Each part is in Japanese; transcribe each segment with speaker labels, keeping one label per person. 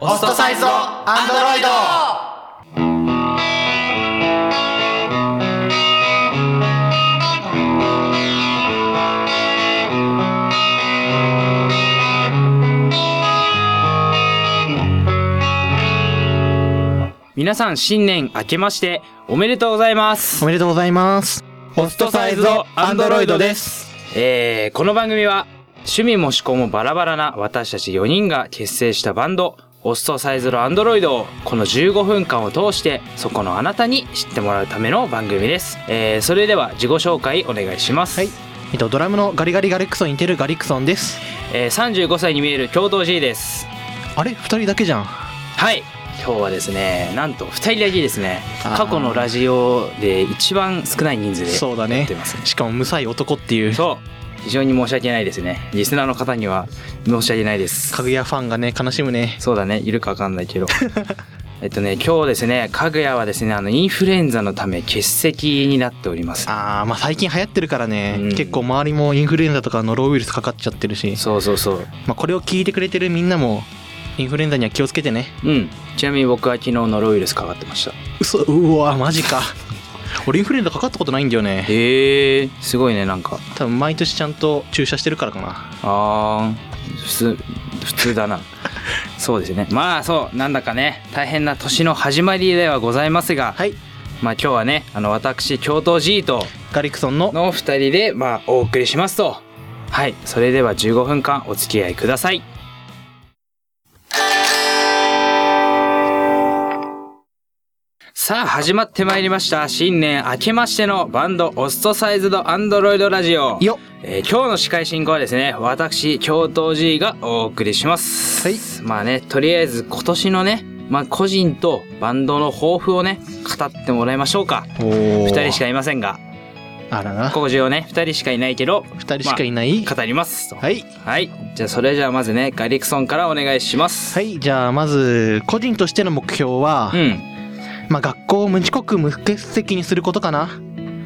Speaker 1: オストサイズアンドロイド
Speaker 2: 皆さん新年明けましておめでとうございます
Speaker 1: おめでとうございます。ホ。
Speaker 2: ストサイズをアンドロイドですえー、この番組は趣味も思考もバラバラな私たち4人が結成したバンドオストサイズのアンドロイドをこの15分間を通してそこのあなたに知ってもらうための番組です、えー、それでは自己紹介お願いします、
Speaker 1: はいえっと、ドラムのガリガリガリクソンに似てるガリクソンです。
Speaker 2: えー、35歳に見える共同 G です
Speaker 1: あれ二人だけじゃん。
Speaker 2: はい今日はですねなんと2人だけですね
Speaker 1: あー
Speaker 2: 過去のラジオで一番少ない人数で
Speaker 1: そうだね
Speaker 2: やってますね
Speaker 1: しかも、むさい男っていう、
Speaker 2: そう非常に申し訳ないですねリスナーの方には申し訳ないです
Speaker 1: かぐやファンがね、悲しむね。
Speaker 2: そうだねいるかわかんな いけどえっとね今日ですねかぐやはですねあのインフルエンザのため欠席になっております
Speaker 1: あー、まあ最近流行ってるからね、
Speaker 2: うん
Speaker 1: 結構周りもインフルエンザとかノロウイルスかかっちゃってるし、
Speaker 2: そうそうそう
Speaker 1: まあこれを聞いてくれてるみんなも、インフルエンザには気をつけてね。
Speaker 2: うんちなみに僕は昨日ノロウイルスかかってました
Speaker 1: 嘘、うわ、 マジ か。俺インフルエンザかかったことないんだよね。
Speaker 2: へえすごいねなんか
Speaker 1: 多分毎年ちゃんと注射してるからかな。
Speaker 2: あー普通普通だ なそうですねまあそうなんだかね大変な年の始まりではございますが、
Speaker 1: はい。
Speaker 2: まあ今日はねあの私教頭 G と
Speaker 1: ガリクソンの
Speaker 2: の2人でまあお送りしますとはいそれでは15分間お付き合いくださいさあ始まってまいりました新年明けましてのバンドオストサイズドアンドロイドラジオ
Speaker 1: よ
Speaker 2: えー今日の司会進行はですね私教頭 G がお送りします
Speaker 1: はい
Speaker 2: まあねとりあえず今年のねまあ個人とバンドの抱負をね語ってもらいましょうか
Speaker 1: おー
Speaker 2: 2人しかいませんが
Speaker 1: あらな
Speaker 2: 工事をね2人しかいないけど
Speaker 1: 2人しかいない、
Speaker 2: 語りますとはい、
Speaker 1: はい
Speaker 2: じゃあそれじゃあまずねガリクソンからお願いします
Speaker 1: はいいじゃあまず個人としての目標は、
Speaker 2: うん
Speaker 1: まあ学校を無遅刻無欠席にすることかな、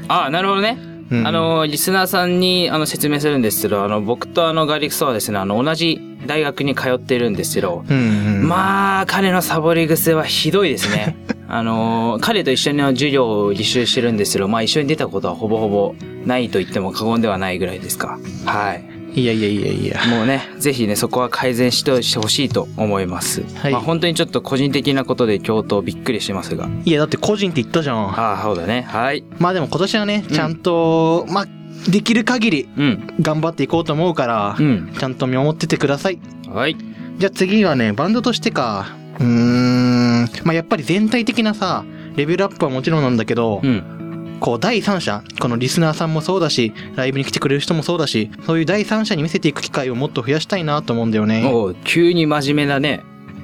Speaker 2: ああなるほどね、
Speaker 1: うん
Speaker 2: あのリスナーさんにあの説明するんですけどあの僕とあのガリクソンはですねあの同じ大学に通ってるんですけど、
Speaker 1: うんうん
Speaker 2: まあ彼のサボり癖はひどいですね あの彼と一緒の授業を履修してるんですけどまあ一緒に出たことはほぼほぼないと言っても過言ではないぐらいですかはい
Speaker 1: いやいやいやいや
Speaker 2: もうね、ぜひね、そこは改善してしてほしいと思います。
Speaker 1: はい
Speaker 2: まあ本当にちょっと個人的なことで教頭びっくりしてますが。
Speaker 1: いやだって個人って言ったじゃん
Speaker 2: ああ、そうだね。はい。
Speaker 1: まあでも今年はね
Speaker 2: うん
Speaker 1: ちゃんと、まあできる限り
Speaker 2: うん。
Speaker 1: 頑張っていこうと思うから、
Speaker 2: うん。
Speaker 1: ちゃんと見守っててください
Speaker 2: はい。
Speaker 1: じゃあ次はねバンドとしてかうーんまあやっぱり全体的なさレベルアップはもちろんなんだけど、
Speaker 2: うん。
Speaker 1: こう第三者このリスナーさんもそうだしライブに来てくれる人もそうだしそういう第三者に見せていく機会をもっと増やしたいなと思うんだよね
Speaker 2: おう急に真面目だね。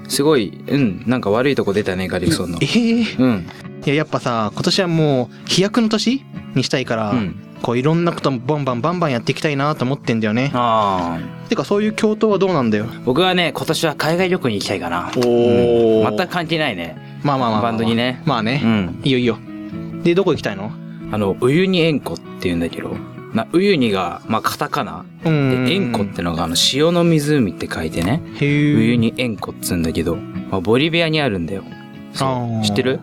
Speaker 2: すごい、うん。なんか悪いとこ出たね、ガリクソンの
Speaker 1: え。え
Speaker 2: うん。
Speaker 1: いややっぱさ今年はもう飛躍の年にしたいから、
Speaker 2: うん。
Speaker 1: こういろんなこともバンバンバンバンやっていきたいなと思ってんだよね
Speaker 2: ああ。
Speaker 1: てかそういう共闘はどうなんだよ
Speaker 2: 僕はね、今年は海外旅行に行きたいかな。
Speaker 1: おー
Speaker 2: うん全く関係ないね。
Speaker 1: まあまあまあまあ
Speaker 2: バンドにね
Speaker 1: まあ
Speaker 2: う
Speaker 1: ね、
Speaker 2: ん。
Speaker 1: いいよいいよでどこ行きたいの
Speaker 2: あの、ウユニ塩湖って言うんだけど、な、ウユニが、まあ、カタカナ。
Speaker 1: う
Speaker 2: で、
Speaker 1: ん
Speaker 2: 塩湖ってのが、あの、塩の湖って書いてね。
Speaker 1: へえ
Speaker 2: 冬に塩湖っつうんだけど、まあ、ボリビアにあるんだよ。そ
Speaker 1: あー
Speaker 2: う知ってる、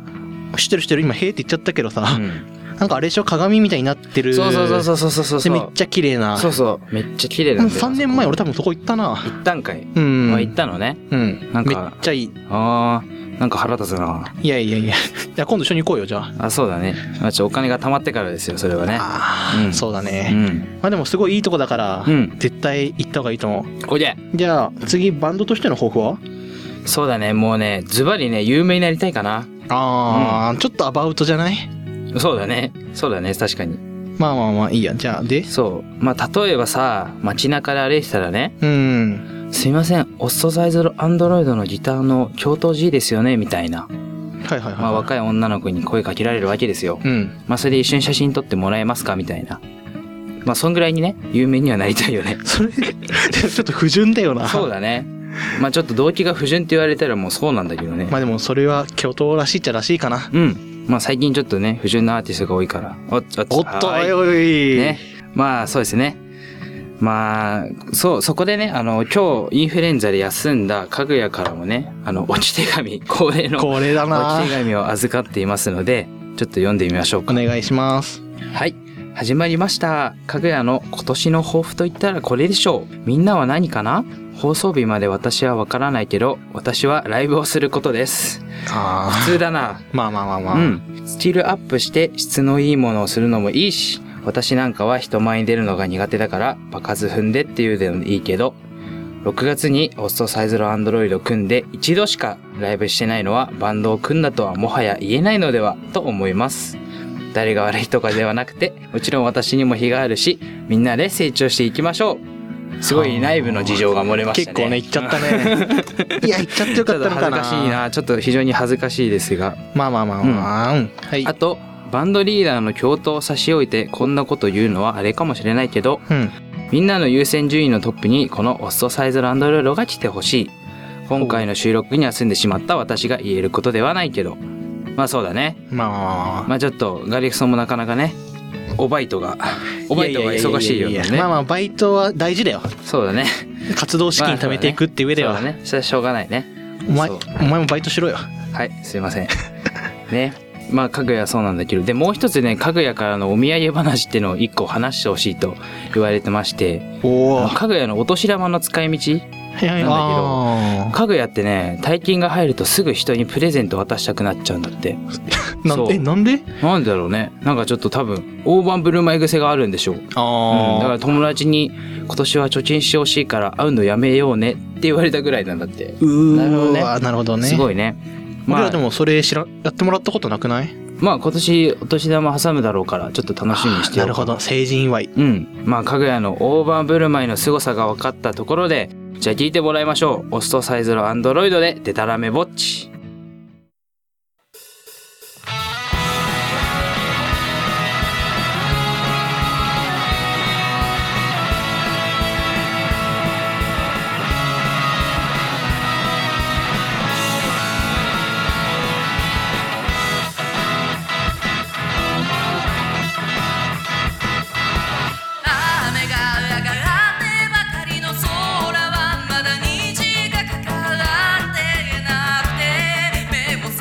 Speaker 1: 知ってる知ってる今へーって言っちゃったけどさ、
Speaker 2: ん、
Speaker 1: なんかあれでしょ鏡みたいになってる
Speaker 2: そうそうそうそうそうそう
Speaker 1: で
Speaker 2: そ
Speaker 1: めっ
Speaker 2: う
Speaker 1: ちゃ綺麗な
Speaker 2: そうそうめっちゃ綺麗なんだよ
Speaker 1: 3年前俺多分そこ行ったな
Speaker 2: 行ったんかい、
Speaker 1: うん、
Speaker 2: まあ、行ったのね
Speaker 1: うん
Speaker 2: なん
Speaker 1: め
Speaker 2: か
Speaker 1: っちゃいい
Speaker 2: あーなんか腹立つない
Speaker 1: やいやいや じゃあ今度一緒に行こうよじゃあ
Speaker 2: あそうだね、まあ、ちょお金が貯まってからですよそれはね
Speaker 1: あ
Speaker 2: うん
Speaker 1: そうだ
Speaker 2: う
Speaker 1: ね、
Speaker 2: ん
Speaker 1: まあでもすごいいいとこだから、
Speaker 2: うん
Speaker 1: 絶対行った方がいいと思う
Speaker 2: おいで
Speaker 1: じゃあ次バンドとしての抱負は
Speaker 2: そうだねもうねズバリね有名になりたいかな
Speaker 1: あー、ちょっとアバウトじゃない
Speaker 2: そうだねそうだね確かに
Speaker 1: まあまあまあいいやじゃあで
Speaker 2: そうまあ例えばさ街中で歩いてたらね
Speaker 1: うん
Speaker 2: すいません、オストサイズアンドロイドのギターの教頭 G ですよね、みたい
Speaker 1: は
Speaker 2: な。
Speaker 1: いはいはい、
Speaker 2: まあ若い女の子に声かけられるわけですよ。
Speaker 1: うん。
Speaker 2: まあそれで一緒に写真撮ってもらえますかみたいな。まあそんぐらいにね、有名にはなりたいよね
Speaker 1: それちょっと不純だよな
Speaker 2: そうだね。まあちょっと動機が不純って言われたらもうそうなんだけどね。
Speaker 1: まあでもそれは巨頭らしいっちゃらしいかな
Speaker 2: うん。まあ最近ちょっと ね、不純なアーティストが多いから。おっと、
Speaker 1: おっと
Speaker 2: は
Speaker 1: お
Speaker 2: ー
Speaker 1: い
Speaker 2: い
Speaker 1: おい、
Speaker 2: ね。まあそうですね。まあ、そう、そこでね、あの、今日インフルエンザで休んだかぐやからもね、あの、落ち手紙、恒例の
Speaker 1: これだな
Speaker 2: 落ち手紙を預かっていますので、ちょっと読んでみましょう
Speaker 1: お
Speaker 2: か。
Speaker 1: 願いします。
Speaker 2: はい。始まりました。かぐやの今年の抱負といったらこれでしょう。みんなは何かな放送日まで私はわからないけど、私はライブをすることです。
Speaker 1: あ
Speaker 2: 普通だな。
Speaker 1: あ。まあまあまあまあ。
Speaker 2: うん。スキルアップして質のいいものをするのもいいし、私なんかは人前に出るのが苦手だから、場数踏んでっていうでもいいけど、6月にオスとサイズのアンドロイド組んで一度しかライブしてないのはバンドを組んだとはもはや言えないのではと思います。誰が悪いとかではなくて、もちろん私にも非があるし、みんなで成長していきましょう。すごい内部の事情が漏れました
Speaker 1: 結
Speaker 2: ね。
Speaker 1: 構ね、行っちゃったね。 いや、行っちゃってよ
Speaker 2: ちょ
Speaker 1: か
Speaker 2: っ
Speaker 1: った
Speaker 2: と
Speaker 1: の
Speaker 2: 恥
Speaker 1: か
Speaker 2: ず
Speaker 1: な。
Speaker 2: かしいな。ちょっと非常に恥ずかしいですが、
Speaker 1: まあまあまあまあ。うん。はい
Speaker 2: あ。と、バンドリーダーの教頭を差し置いてこんなこと言うのはあれかもしれないけど、
Speaker 1: うん。
Speaker 2: みんなの優先順位のトップにこのオストサイズランドルーロが来てほしい。今回の収録には済んでしまった私が言えることではないけど。まあそうだね。
Speaker 1: まあまあまあまあ。
Speaker 2: まあちょっとガリクソンもなかなかね、おバイトが、おバイトが忙しいよ
Speaker 1: ややや
Speaker 2: ね
Speaker 1: や。まあまあ、バイトは大事だよ。
Speaker 2: そうだね。
Speaker 1: 活動資金貯めていくっていう上
Speaker 2: そう
Speaker 1: では。
Speaker 2: だね。それはしょうがないね。
Speaker 1: お前、
Speaker 2: そう
Speaker 1: お前もバイトしろよ。
Speaker 2: はい、すいません。 ね。まあ、かぐやはそうなんだけど、で、もう一つね、かぐやからのお土産話っていうのを一個話してほしいと言われてまして、
Speaker 1: お
Speaker 2: あのかぐやのお年玉の使い道
Speaker 1: はいはい
Speaker 2: なんだけど
Speaker 1: あ
Speaker 2: かぐやってね、大金が入るとすぐ人にプレゼント渡したくなっちゃうんだって。
Speaker 1: ーなん
Speaker 2: そう
Speaker 1: え、なんで
Speaker 2: なんでだろうね。なんかちょっと多分、大盤振る舞い癖があるんでしょう。うん、だから
Speaker 1: あ
Speaker 2: 友達に、今年は貯金してほしいから会うのやめようねって言われたぐらいなんだって。
Speaker 1: ー。う
Speaker 2: なるほど
Speaker 1: ー
Speaker 2: ね
Speaker 1: わ、なるほどね。
Speaker 2: すごいね。
Speaker 1: 俺
Speaker 2: ま
Speaker 1: ら
Speaker 2: あ
Speaker 1: で、もそれ知ら、やってもらったことなくない
Speaker 2: まあ今年お年玉挟むだろうから、ちょっと楽しみにして
Speaker 1: な
Speaker 2: よう
Speaker 1: る
Speaker 2: か
Speaker 1: ほど。成人祝い。
Speaker 2: うん。まあ、かぐやの大盤振る舞いの凄さが分かったところで、じゃあ聞いてもらいましょう。オスとサイズのアンドロイドで、デタラメぼっち。
Speaker 3: 雨が上がってばかりの空はまだ虹がかかってなくて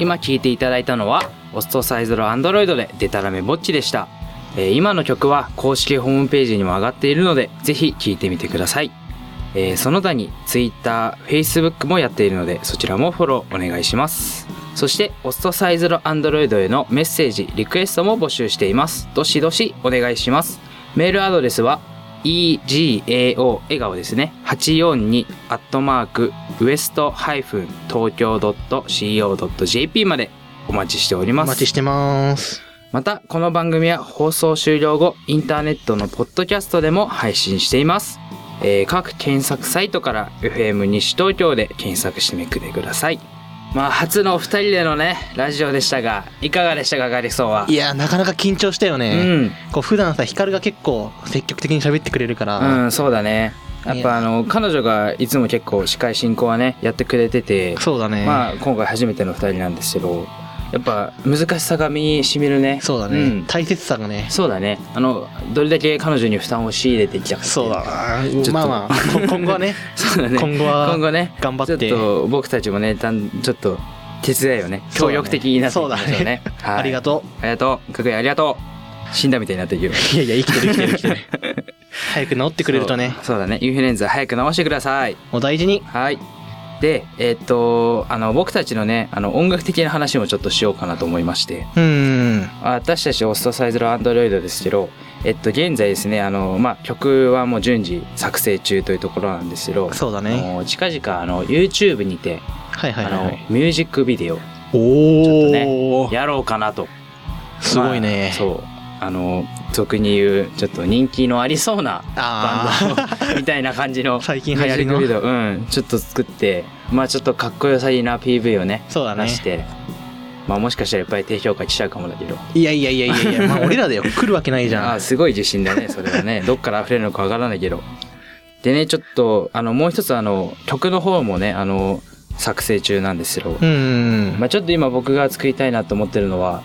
Speaker 2: 今聴いていただいたのは「オストサイズロアンドロイド」でデタラメぼっちでした、えー今の曲は公式ホームページにも上がっているのでぜひ聴いてみてください、えーその他に TwitterFacebook もやっているのでそちらもフォローお願いしますそして「オストサイズロアンドロイド」へのメッセージリクエストも募集していますどしどしお願いしますメールアドレスは egao 笑顔ですね842アットマークウエストハイフン東京 .co.jp までお待ちしており
Speaker 1: お
Speaker 2: ます
Speaker 1: 待ちしてます。
Speaker 2: またこの番組は放送終了後インターネットのポッドキャストでも配信しています、えー各検索サイトから FM 西東京で検索してみてくださいまあ初のお二人でのねラジオでしたがいかがでしたかガリソーはい
Speaker 1: やー、なかなか緊張したよ
Speaker 2: う
Speaker 1: ね。
Speaker 2: ん
Speaker 1: こう普段さ、ヒカルが結構積極的に喋ってくれるから、
Speaker 2: うん、そうだね。やっ
Speaker 1: ね
Speaker 2: ぱあの彼女がいつも結構司会進行はねやってくれてて、
Speaker 1: そうだね。
Speaker 2: まあ今回初めての二人なんですけど、やっぱ難しさが身に染みるね。
Speaker 1: そうだね、
Speaker 2: ん
Speaker 1: 大切さがね。
Speaker 2: そうだね。あのどれだけ彼女に負担を強いれてきたかってい
Speaker 1: そうだ。
Speaker 2: ょっと
Speaker 1: まあまあ、こ 今後はね、
Speaker 2: そうだね。
Speaker 1: 今後は
Speaker 2: 今後ね
Speaker 1: 頑張って
Speaker 2: ちょっと僕たちもねだんちょっと手伝いをね
Speaker 1: そうだね
Speaker 2: 協力的になっていきましょう
Speaker 1: そうだ
Speaker 2: ね。 はい
Speaker 1: ありがと
Speaker 2: ありがとう。かくやありがとう。死んだみたいになっているよ。
Speaker 1: う。いやいや、生きてる生きてる生きてる。早く治ってくれるとね
Speaker 2: そ、うそうだね。インフルエンザ早く治してください。
Speaker 1: お大事に。
Speaker 2: はい。で、えっと、あの、僕たちのね、あの、音楽的な話もちょっとしようかなと思いまして、
Speaker 1: うーん。
Speaker 2: あ私たちオストサイズのアンドロイドですけど、えっと、現在ですね、あの、まあ、曲はもう順次作成中というところなんですけど、
Speaker 1: そうだ
Speaker 2: あ
Speaker 1: ね。
Speaker 2: の近々、あの、YouTube にて、
Speaker 1: はいはいはい
Speaker 2: あ
Speaker 1: は
Speaker 2: の
Speaker 1: い。、
Speaker 2: ミュージックビデオ
Speaker 1: おー、
Speaker 2: やろうかなと。
Speaker 1: すごいね
Speaker 2: まあ。そう。あの、俗に言う、ちょっと人気のありそうなバ
Speaker 1: あ
Speaker 2: ンド みたいな感じの
Speaker 1: ー、最近流行りの
Speaker 2: ミュー。ジックビデオうんちょっと作ってまあちょっとかっこよさいいな PV をね
Speaker 1: そうだね
Speaker 2: 出。してまあもしかしたらいっぱい低評価来ちゃうかもだけど
Speaker 1: いやいやいやいやいや、 まあ俺らだよ。来るわけないじゃ
Speaker 2: あ
Speaker 1: ん。
Speaker 2: すごい自信だね それはねどっから溢れるのかわからないけどでねちょっとあのもう一つあの曲の方もねあの作成中なんですけど、
Speaker 1: うん
Speaker 2: ま。あ、ちょっと今僕が作りたいなと思ってるのは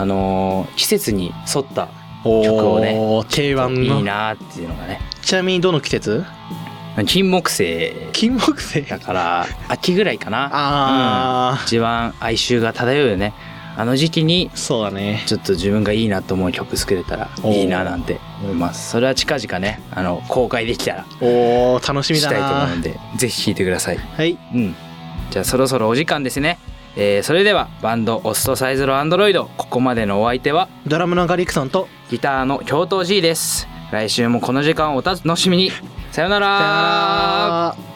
Speaker 2: あのー季節に沿った
Speaker 1: お
Speaker 2: 曲をね
Speaker 1: ー、定番
Speaker 2: いい
Speaker 1: の。
Speaker 2: なーっていうのがね
Speaker 1: ちなみにどの季節
Speaker 2: 金木犀
Speaker 1: 金木犀
Speaker 2: だから秋ぐらいかな
Speaker 1: あ
Speaker 2: 一番哀愁が漂うよねあの時期に
Speaker 1: ー、そうだね。
Speaker 2: ちょっと自分がいいなと思う曲作れたら
Speaker 1: おー
Speaker 2: いいななんて思いますそれは近々ねあの公開できたら
Speaker 1: おー、楽しみ
Speaker 2: し
Speaker 1: だ
Speaker 2: たいと
Speaker 1: な
Speaker 2: 思うんでぜひ聴いてください
Speaker 1: はい。
Speaker 2: うんじゃあそろそろお時間ですね、えーそれではバンドオストサイズロアンドロイドここまでのお相手は
Speaker 1: ドラムのガリクさんと、
Speaker 2: ギターの京東 G です来週もこの時間をお楽しみにさよなら
Speaker 1: さよなら